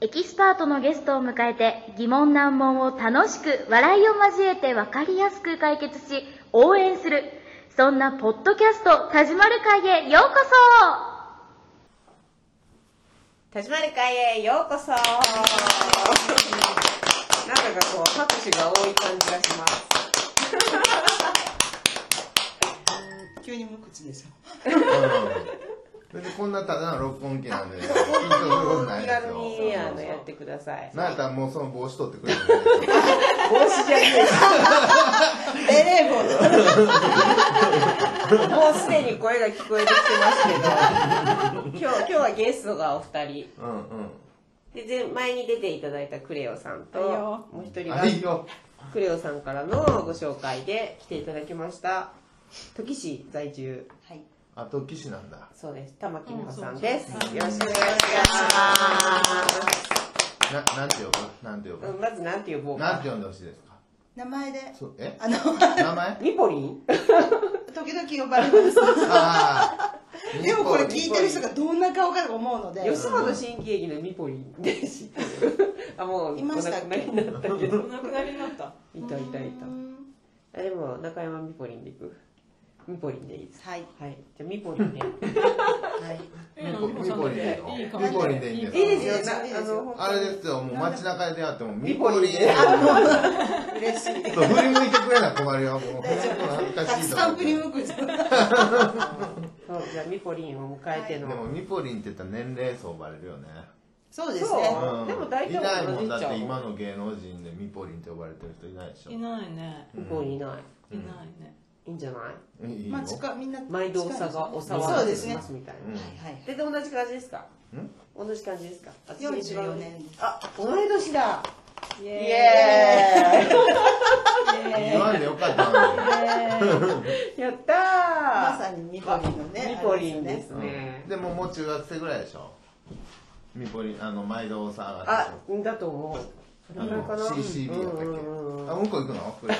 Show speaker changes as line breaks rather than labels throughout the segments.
エキスパートのゲストを迎えて疑問難問を楽しく笑いを交えて分かりやすく解決し応援するそんなポッドキャスト「田島る会」へようこそ
田島る会へようこそなんだかこう拍手が多い感じがします急に無口でしょ
うん別にこんなただの六本木なんで、緊張することない
気
です
軽
よ。
にあのやってください
なんやったらもうその帽子取ってくれる
帽子じゃねえベレー帽だもうすでに声が聞こえてきてますけど今日今日はゲストがお二人
うんうん。
で前前に出ていただいたクレオさんと
はいよ
もう一人が
あいいよ。
クレオさんからのご紹介で来ていただきました土岐市在住
はい、
あと騎士なんだ。
そうです玉木美穂さんです、
うんそうそう
よろしくお願いします
な、なんて呼ぶなんて呼
うん
ぶ
まずなんて呼ぼう
なん
か
て呼んでほしいですか
名前で、
そえ
あの、
名前
ミポリン
時々呼ばれます。
ああ。
でもこれ聞いてる人がどんな顔かと思うので、
吉本新喜劇のミポリンで知ってるあもう
いましたっ
お
け
亡くなりになったけど
なくなりになった。
いたいたいた
うん
あでも中山ミポリンでいくミポリンでいいです
はい。
はいじゃあミポリンで
はい。
ミポミポリンでいいのミポリンでいいんですか
いいですよ
いいですよ
なあの本当
あ
に
れですよ、もう街中で出会っても、ミ
ミ
ポ
ポ
リ
リ
ン
ン
で
で。
嬉しい。
そう振り向いてくれな困るよ。もう、
大丈
恥ず
夫。
か
た
し
く
いと
さ
思
ん
っ
振り向
て。
くじゃん。
そうじゃあミポリンを迎えて
で
の、
も、ミポリンって言ったら年齢層バレるよね。
そうですね。
あでも大体
いない
同
も
じ
ん
っちゃ
だ
う
って今の芸能人でミポリンって呼ばれてる人いないでしょ
いないね。
ミポリンいない
うん
いないね。
いいんじゃない
いいよ
まあ、近いみんな。
毎度お
近い
騒がお騒
そう
が
で
せ
す
し
ね。
ま
は
すみたいな
うん
いはい。
で同じ感じですか
ん
同じ感じですか私が一番
44年です。
あ同い年だ
イ
イ
エ
エ
言わんでよかったのに
ー イやった
ま
ー
さにミポリンのね。
ミポリンです
うん
ね
でももう中学生ぐらいでしょミポリンあの毎度お騒がせ
あだと思う
あ
それぐらい
の
かな
CCB やったっけ
うんうんうん
あうんこ行く のこれ
あ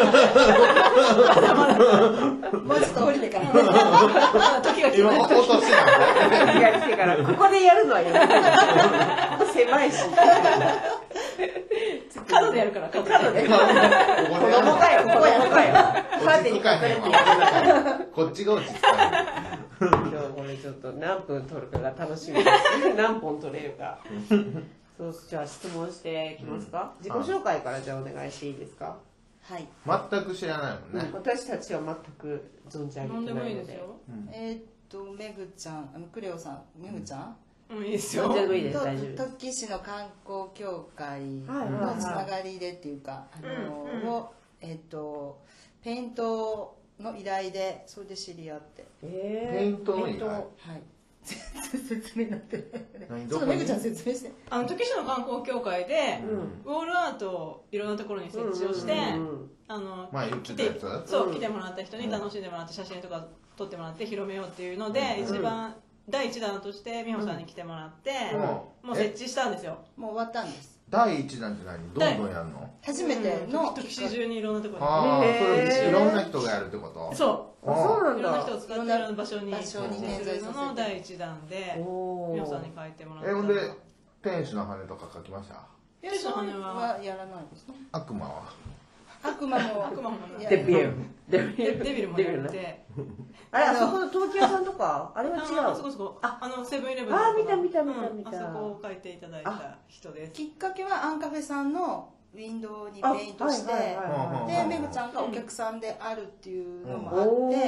れですよね。もうちょっと降りてから。は
今落としてたの
気が来て からここでやるのはやめてここ狭いし
ーイ角でやるから角で。
子供かよここやここよ
こ 落
カー
ち
テンに隠
着か
れ
へん
て
わ
やる
こっちが落ち着かへん
今日これちょっと何分取るかが楽しみです。何本取れるか。そうじゃあ質問してきますか。
うん
自己紹介からじゃあお願いしていいですか。
い。
全く知らないもんね
私たちは全く存じ上げてない
飲
の
ん
で。
でもいいですよ。
えーっと、めぐちゃん、あのクレオさん、めぐちゃん。
うんいいです
飲ん
よ。
でもいいです。
と
大丈夫です。
特技市の観光協会
はいはいは
の
い
つながりでっていうか、あの
うんうん
を、えっとペイントの依頼でそれで知り合って
え
ペイントの依頼
はい全然説明になってない
何
ちょ
ど
っ
ことに
めぐちゃん説明して
あの時市の観光協会で
うん
ウォールアートをいろんなところに設置をして、
うんうんうん
あの
前言って
来
た
て
やつ
そううん来てもらった人に楽しんでもらって写真とか撮ってもらって広めようっていうので、
うん
一番第一弾として美穂さんに来てもらって、
うん
もう設置したんですよ。
もう終わったんです
第一弾って何どんどんやんの
初めての
時
きっか
市
け
中にいろんなところ
ああ
へー
それいろんな人がやるってこと
に。そ
あそう
あ
な
う。
ん
いろんな
だ
人を。使っていろんな場所に。
場所に点在
す
さ
るのの
せて
第一弾で
お
美
ー
穂さんに書いてもらっ
え
た
ほんで天使の羽とか書きました
天使の羽は
はやらないですね
悪魔は
悪魔も
悪魔も
いや
デビュー。デビ
デ
ュー。
ビルも
デ
やっ
ビルね
て
あれあそこの東京さんとかあれは違
あそこ
う。
そこ
あ
あのセブンイレブン
あ見た見た見た見た
あそこを書いていただいた人です
きっかけはアンカフェさんのウィンドウにペイントして
あはいはいはい
はい
でめぐちゃんがお客さんであるっていうのもあって、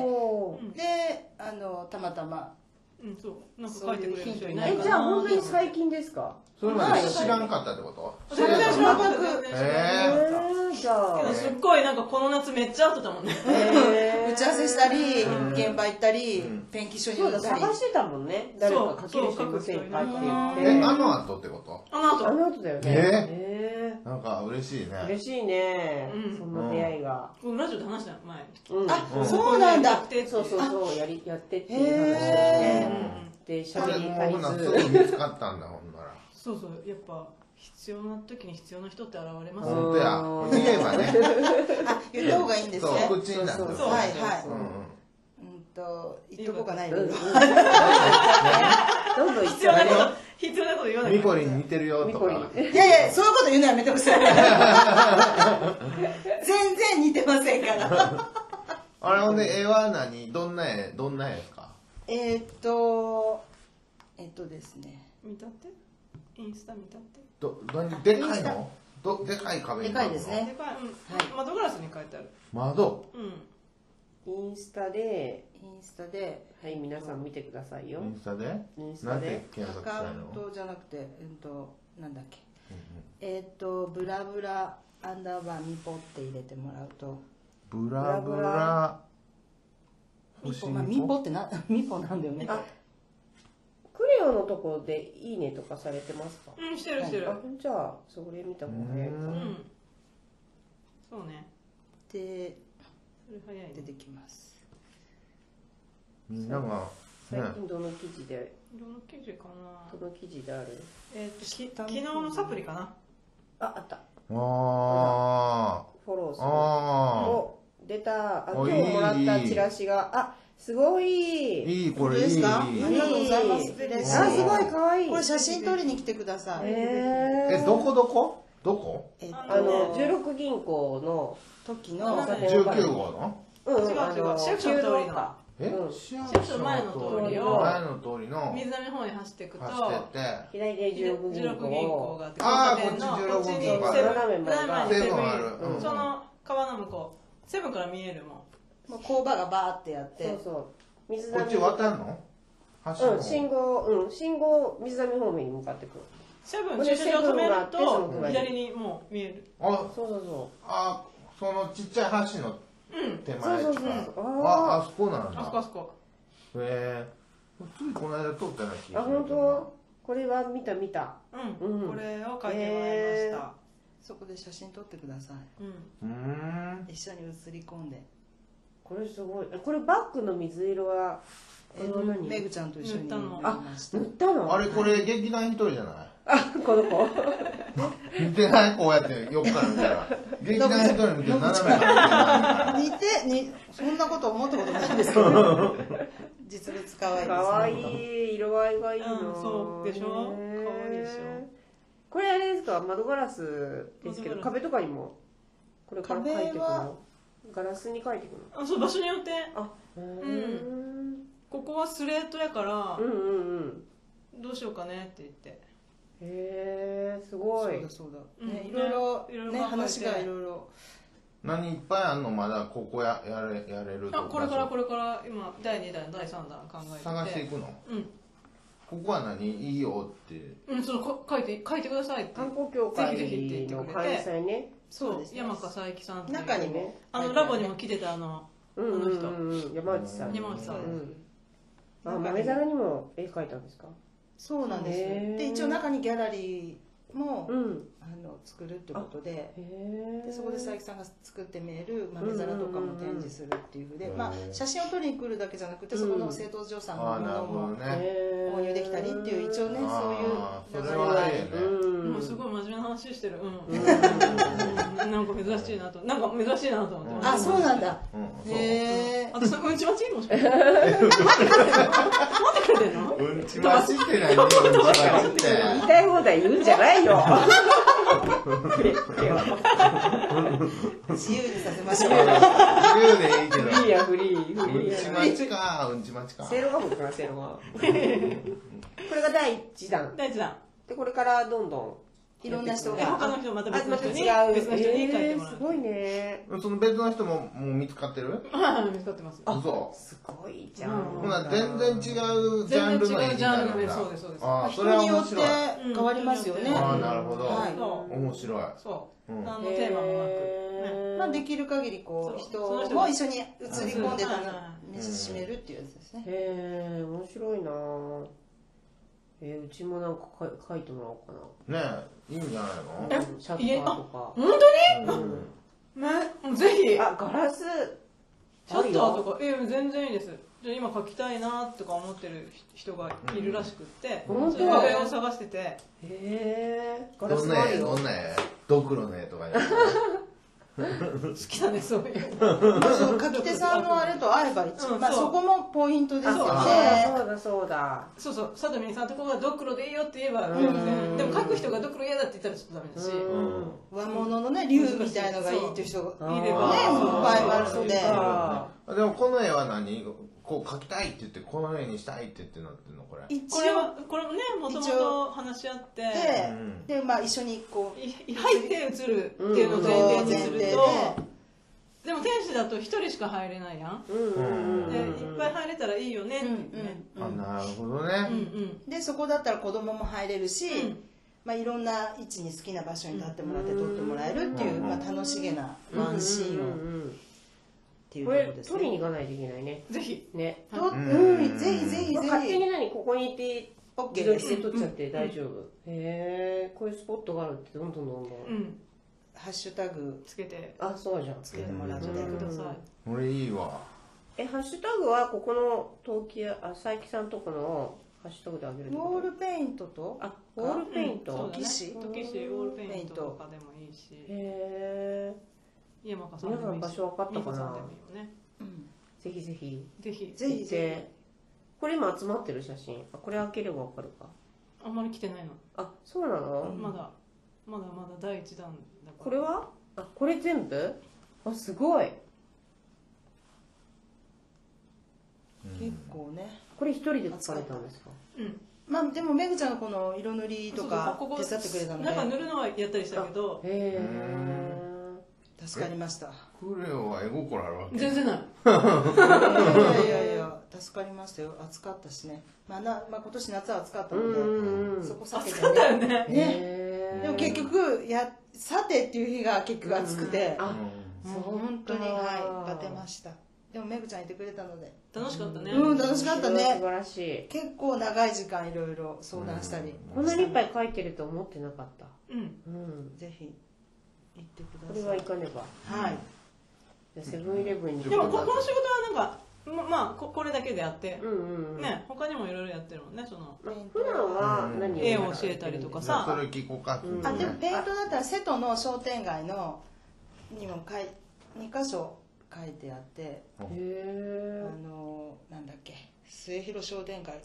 おー。
うん
であのたまたま
うんそうなんか書いてくれる人いない
え
か
じゃあ
な
本当に最近ですか。
それまで知らんかったってこと
全然知らなかった全然知ら
え
なかっ
ー、じゃ
たけ
あ
ど。すっごいなんかこの夏めっちゃ後だもんね
へー
打ち合わせしたり、
ん
現場行ったり、
うん
ペンキ一緒に
そう
売
だ
ったり
探してたもんね誰か書ける人いませんかって言
え
って
あの後ってこと
あの
あ
後
の後だよねえ
なんか嬉しい
ー
ね
嬉しいね、
うん
その出会いが、
うんラジオで話したよ前
うん
あ、
うん
そうなんだ
そうそうそうやりやってっていう話を
へ
ー
してでし
そ
ゃべ
れ
り
もうほな
足り
すぐ
ず
見つかったんだほんなら
そうそうやっぱ必要な時に必要な人って現れます
うん
よ
本当や言えばね
あ言った方がいいんです
そう
ね
口になる
そうそう
そう
はいはい
そううん
うん
うんと言っとこうかないうろ
ん
い
うん
ろ
どんどん
必要なこと
よ。
必要なこと言わない
ミコリン似てるよ
ミ
と
コリン
か。
いやいやそういうこと言うのやめてほしい 全然似てませんから
あれほんで絵は何どんな絵どんな絵ですか
えーっとえっとですね
見たってインスタ見たって
ど何でかいのどでかい壁に描
でかい
くの
ですね
でかい、うん窓ガラスに書いてある
窓
う
インスタで、
インスタで
はい、皆さん見てください
イ
よ。
ンスタで
インス
な
タ
ん
で
て。検
ア
索し
カ
た
ウ
い
ン
の
トじゃなくてうんとなんだっけえーっとブラブラアンダーバーミポって入れてもらうと
ブラブラ
ミポ
星
まあミポってな ミポなんだよね
あクレヨンのとこでいいねとかされてますか
んうんしてるしてる
あじゃあそれ見た方が早いか
う
う
なん
そうね
で
それ早い
出
ね
てきます
みんなが
最近どの記事で
どの記事かな
どの記事である
えっ、とき昨日のサプリかな
ああった
あ
フォロー
ー
する
あ
お出たあ
お
今日もらった
いい
チラシがあすご
ー
いい
いいこ
本
れ
当
いい
ですか
いい
ありがとうございます
あ
嬉し
す
い
ごい可愛い
これ写真撮りに来てください
え
えどこどこどこ
えっと
あの十六銀行の
時
あ
の
のね
19号の
うん
違う違う
あの
市役所の通
九
りの
郎か
え
うん
市役
役所の前の
通りを
前の通りの
水溜りの方に走っていくと
走ってって
左で十六
16
銀
銀行
行
があって
あー
交差点の
こっち16銀行ある
こっちにセブン斜め前にセブン
セブンある
う
うん
んその川の向こうセブンから見えるもん
もう工場がバーってやって
そうそう水
こっち渡るの橋
うん、信号、うん、信号、水上方面に向かってくる。
セブン駐車場止める
セブン
と
が
左にもう見える
あ
そうそうそ
あそのちっちゃい橋の
うん
手前
そう
と
そう
か
そう
ああそこなんだ
あそこあそこ
へえついこの間通ったような気
う。あ、
がする
本
けど
当これは見た見た。
うん、
うん
これを書いてもらいました、
そこで写真撮ってくださ
うん
うーん
い一緒に写り込んで
これすごい。えこれバッグの水色は、これは何
メ
塗
グちゃんと一緒に
塗ったの
やりました
ったの
あれこれ劇団一人じゃな
あ、 この子。
い見てないこうやって横から見たら劇団一人見て斜めから見てな
似
い
てにそんなこと思ったことないんですけ ど実物可愛いですね
かわいい。色合いがいいな、
うんそうでしょ
ねえ
かわいいでしょ
これあれですか、窓ガラスですけど、
窓ガラス
壁とかにも、これから描いていく
壁は
の。ガラスに描いていくの。
あそう場所によって
あ、う
ここはスレートやから
うんうんうん。
どうしようかねって言って
へえ、す
そ
ごい。
うだそうだ、ね
うん
いろいろ
ねいろいろ
ね
考えて
話がいろいろ
何いっぱいあんのまだここややれやれる
あ
と
これからこれから今第2弾第3弾考えてて
探していくの
うん
ここは何いいよって
うん、そのこ書いて書いてくださいって
観光協会
ぜひぜひって言
の
ってく
開
れて
催ね。
そう
ですね
山川佐伯さんっていう
中にも
あのラボにも来てたあの
うんうんうんうん、山内さん。
山内さん、
うん。あ、
なんかね
豆皿にも絵描いたんですか。
そうなんです
へー
よで一応中にギャラリーも、
うん。
あの作るってことで
へえ。
でそこで佐伯さんが作って見える豆皿とかも展示するっていうふうで、
うんうんうん
まあ、写真を撮りに来るだけじゃなくてそこの製陶所さんの
ああ
も
なる
の
ほど
も
ね
購入できたりっていう一応ね
あ
そういう
ー
流れ
それはね
うん。
もうすごい真面目な話してるうん、うん なんか珍しいなとなんか珍しいなと思って
あそうなんだ
うんそう
へえ
私のうんち待ちもしかして待ってくれてんの
うんちまちって何うんちまちって
言い たい放題言うんじゃない よ。
自由にさせ ましょう
自由でいいけど
フリーやフリー、フ
う
リ
ん
ー
ち
や。
まちかうんちまちか
セイロガンかな、セイロガン。これが第一弾。
大地さん
で、これからどんどん。
いろんな人
え他
が
の人また別の人に
あまた違う
別の人に書いてもら
す
う、
ごいね。
その別の人ももう見つかってる
はい見つかってます
嘘
すごいじゃん。
ほな全然違うジャンルの絵みたいな
全然違うジャンルの絵そうですそうです
ああ そ
人
れは
によ
面
って
白い
変わりますよね、
うん
ああなるほど
はい
そ
面白いう
そう、
うん
何のテーマもなく、ね、
まあ、できる限りこう
そう
人
その人
も一緒に映り込んで
うん
楽
うん
しめるっていうやつですね
へえ面白いなぁえーうちもなんかか書いてもら
ねえいいんじゃない
え
の
おうかなシャ
家
ッターとか
本
うん
当に、ね、ぜひ
あガラス
シャッターとか、ええ全然いいです。じゃあ今描きたいなとか思ってる人がいるらしくって、
うん
それ壁を探してて、
へえ
ガラ
ど
ス
ん
もあ
な絵
るよ
どんな絵ドクロの絵とか言う
好きだねそういうの
そう書き手さんのあれと合えば一番、
うん
まあ、
そう
そこもポイントですよ
あ
ね
そうだそうだ
そうそう佐藤美玲さんとこがドクロでいいよって言えば
ん
でも書く人がドクロ嫌だって言ったらちょっとダメだし
う
い
ん
和物のね竜みたいのがいいっていう人が
ん
れば
ね
いっぱいあるので
あ
でもこの絵は何こう描きたいって言ってこの絵にしたいって言ってなってんのこれ
一
これは
応
これもねもともと話し合って
で
うん
で、まあ、一緒にこう
い入って映るっていうのを前提にすると、でも天使だと一人しか入れないやん、
うんうんうん
でいっぱい入れたらいいよねって
うん
言
う
ってね、
ん
あなるほど
うんう
ね、
ん
でそこだったら子供も入れるし、
うん
まあ、いろんな位置に好きな場所に立ってもらって撮ってもらえるっていう、
うん
まあ、楽しげなワンシーンをっ
うん
ていう
こと
こ
れ
ろです
取り
ね。
に行かないといけないね
ぜひ
ね
と
う
うんん、ぜひぜひぜ
勝手
ひ
に何ここにいて
OK
自撮
で
りして
す。
撮っちゃって大丈夫へえこういうスポットがあるってどんどんどんどん
うん
ハッシュタグ
つけて
あそうじゃん
つけてもらって、
ください、
これいいわ
えハッシュタグはここの陶器屋あ佐伯さんとこのハッシュタグであげるって
ウ
こ
ォー
と
ルペイントと
あウォールペイント、
うんそうだね
騎士
時市ウォールペイントとかでもいいし
へえ
家マカさんで
皆さ
もい
ん
い
場
し
所分かった
美
か
穂さ
な
んでもいいよね
うん
ぜひぜひ
ぜひ
ぜひ
行っ
ぜ
てこれ今集まってる写真あこれ開ければ分かるか
あんまり来てないの、
あそうなの、
まだまだまだ第一弾だから
これはあこれ全部あすごい
ひ結構ね
これ一人で描かれたんですか
うん
まあでもめぐちゃんがこの色塗りとか
そうそうここ
手伝ってくれたので
なんか塗るのはやったりしたけど
へ
助かり ました
クレオは絵心あるわけ
全然ない
いやいやいや助かりましたよ暑かったしねまあな、まあ、今年夏は暑かった
えうん
の
うんう
で
ん
そこ避けて
そうだよ
ね
ね
ね
へ
でも結局やさてっていう日が結局暑くて
ー、あ
う
そう本当にはいバテましたでもめぐちゃんいてくれたので
楽しかったね、
うん楽しかった
素
ね
晴らしい
結構長い時間いろいろ相談したり
こんなにいっぱい描いてると思ってなかった
うん
うん
ぜひ行って
こ
く
れ
ださ
はい行かねば
はい
じゃあセブンイレブンに
でもこ
うん
この仕事はなんかままあここれだけであって
う、んうんうん
ね他にもいろいろやってるもんねその
まあ普段は何
絵を教えたりとか
じゃあ
さ
それ聞こうかって
うん
あでもペイントだったら瀬戸の商店街のにもかい2箇所書いてあって
へ
あ
え
のなんだっけ末広商店街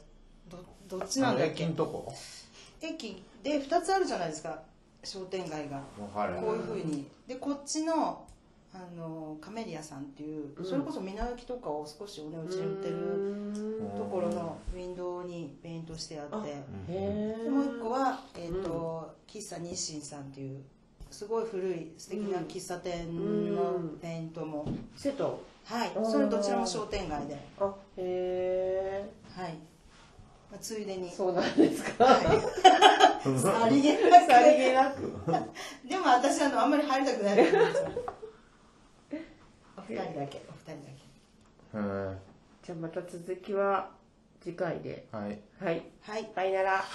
どどっちなんだっけ
んとこ
駅で2つあるじゃないですか商店街が
分かる
こういうふうにでこっちのあのカメリアさんっていう、
うん
それこそ皆焼きとかを少しお値打ちで売ってるところのウィンドウにペイントしてあって
へえ
でもう一個は、えーと喫茶日清さんっていうすごい古い素敵な喫茶店のペイントも、
瀬戸
はい
うん
それどちらも商店街で、
あへえ
はいまあ、ついでに
そうなんです か
ありげなくありげなく でも私あのあんまり入りたくないんですよ お二人だけお二人だ
うん
じゃあまた続きは次回で
はい
はい
けはい
さよなら